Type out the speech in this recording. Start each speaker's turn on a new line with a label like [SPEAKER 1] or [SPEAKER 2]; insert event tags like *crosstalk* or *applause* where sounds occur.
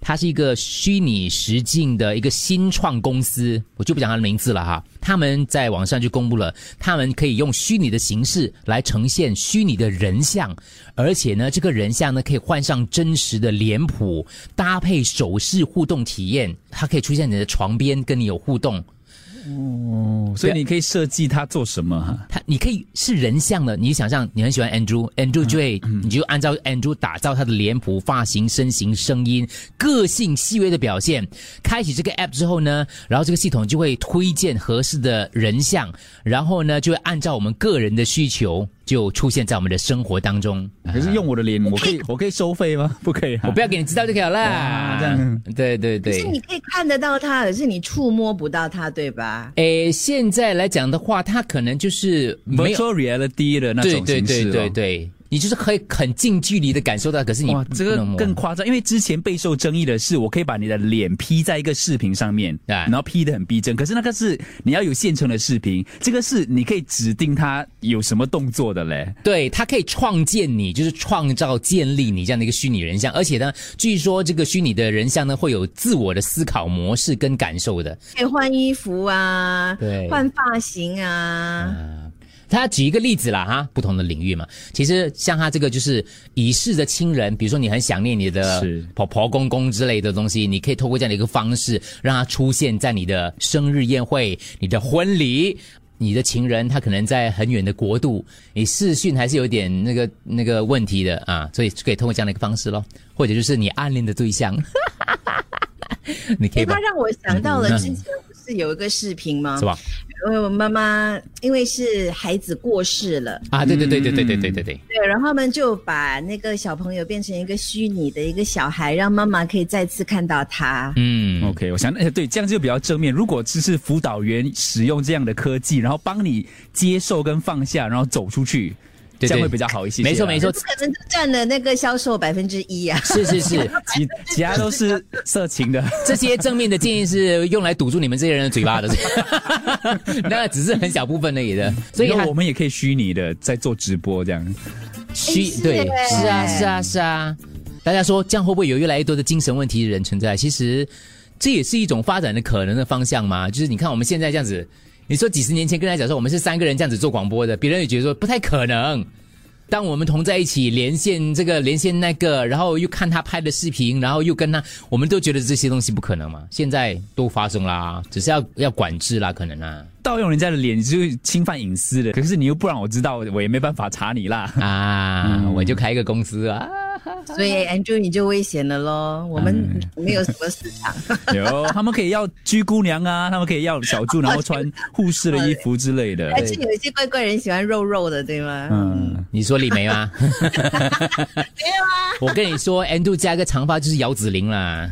[SPEAKER 1] 它是一个虚拟实境的一个新创公司，我就不讲它的名字了哈。他们在网上就公布了，他们可以用虚拟的形式来呈现虚拟的人像，而且呢，这个人像呢可以换上真实的脸谱，搭配手势互动体验，它可以出现你的床边跟你有互动。
[SPEAKER 2] 所以你可以设计它做什么哈、
[SPEAKER 1] 他你可以是人像的，你想象你很喜欢
[SPEAKER 2] 嗯
[SPEAKER 1] Andrew，Andrew 就会、你就按照 Andrew 打造他的脸谱、发型、身形、声音、个性细微的表现。开启这个 app 之后呢，然后这个系统就会推荐合适的人像，然后呢就会按照我们个人的需求就出现在我们的生活当中。
[SPEAKER 2] 可是用我的脸，我可以我可以收费吗？不可以、啊，
[SPEAKER 1] 我不要给你知道就可以了啦
[SPEAKER 2] 哇。这样
[SPEAKER 1] 对对对。
[SPEAKER 3] 是你可以看得到它，可是你触摸不到它，对吧？
[SPEAKER 1] 诶，现在来讲的话，它可能就是没有
[SPEAKER 2] virtual reality 的那种
[SPEAKER 1] 对
[SPEAKER 2] 形式、
[SPEAKER 1] 对对
[SPEAKER 2] 哦。
[SPEAKER 1] 对对，你就是可以很近距离的感受到，可是你
[SPEAKER 2] 哇，这个
[SPEAKER 1] 不能摸
[SPEAKER 2] 更夸张，因为之前备受争议的是，我可以把你的脸 P 在一个视频上面，
[SPEAKER 1] 对
[SPEAKER 2] 然后 P 的很逼真，可是那个是你要有现成的视频，这个是你可以指定它有什么动作的嘞。
[SPEAKER 1] 对，它可以创建你，就是创造、建立你这样的一个虚拟人像，而且呢，据说这个虚拟的人像呢会有自我的思考模式跟感受的。
[SPEAKER 3] 可以换衣服啊，
[SPEAKER 1] 对
[SPEAKER 3] 换发型啊，
[SPEAKER 1] 他举一个例子啦，哈，不同的领域嘛，其实像他这个就是已逝的亲人，比如说你很想念你的
[SPEAKER 2] 是
[SPEAKER 1] 婆婆公公之类的东西，你可以透过这样的一个方式，让他出现在你的生日宴会、你的婚礼。你的情人他可能在很远的国度，你视讯还是有点那个那个问题的啊，所以就可以通过这样的一个方式咯，或者就是你暗恋的对象， *laughs* 你可以
[SPEAKER 3] 哎，
[SPEAKER 1] 把
[SPEAKER 3] 它让我想到了
[SPEAKER 1] 嗯
[SPEAKER 3] 之前不是有一个视频吗？
[SPEAKER 1] 是吧？
[SPEAKER 3] 因为我妈妈因为是孩子过世了，
[SPEAKER 1] 啊，对对对对对对对对对，
[SPEAKER 3] 对，然后他们就把那个小朋友变成一个虚拟的一个小孩，让妈妈可以再次看到他。
[SPEAKER 1] 嗯，
[SPEAKER 2] OK，我想，哎，对，这样就比较正面。如果只是辅导员使用这样的科技，然后帮你接受跟放下，然后走出去，
[SPEAKER 1] 对对
[SPEAKER 2] 这样会比较好一些些啊、
[SPEAKER 1] 没错没错
[SPEAKER 3] 不，可能占了那个销售百分之
[SPEAKER 1] *laughs*
[SPEAKER 3] 一啊！
[SPEAKER 1] 是是是。
[SPEAKER 2] 其其他都是色情的。
[SPEAKER 1] 这些正面的建议是用来堵住你们这些人的嘴巴的， *laughs* 那只是很小部分而已的。所以
[SPEAKER 2] 然
[SPEAKER 1] 它
[SPEAKER 2] 后我们也可以虚拟的在做直播这样。
[SPEAKER 1] 虚
[SPEAKER 3] 哎是
[SPEAKER 1] 对，
[SPEAKER 3] 耶
[SPEAKER 1] 是啊是啊是啊。大家说这样会不会有越来越多的精神问题的人存在？其实这也是一种发展的可能的方向嘛。就是你看我们现在这样子，你说几十年前跟人家讲说我们是三个人这样子做广播的，别人也觉得说不太可能。当我们同在一起连线这个连线那个，然后又看他拍的视频，然后又跟他，我们都觉得这些东西不可能嘛。现在都发生啦，只是要要管制啦，可能啊啦
[SPEAKER 2] 盗用人家的脸就是侵犯隐私的，可是你又不让我知道，我也没办法查你啦。 *laughs*
[SPEAKER 1] 啊，
[SPEAKER 3] 嗯
[SPEAKER 1] 我就开一个公司啊。
[SPEAKER 3] 所以 Andrew 你就危险了咯，我们
[SPEAKER 1] 嗯
[SPEAKER 3] 没有什么
[SPEAKER 1] *laughs*
[SPEAKER 3] 市场。
[SPEAKER 2] 有，他们可以要鞠姑娘啊，他们可以要小
[SPEAKER 1] *laughs*
[SPEAKER 2] 猪，然后穿护士的衣服之类的。
[SPEAKER 1] 哎
[SPEAKER 3] 还是有一些怪怪人喜欢肉肉的，对吗？
[SPEAKER 2] 嗯，
[SPEAKER 1] 你说李梅吗？没有啊。我跟你说，Andrew 加个长发就是姚子羚啦。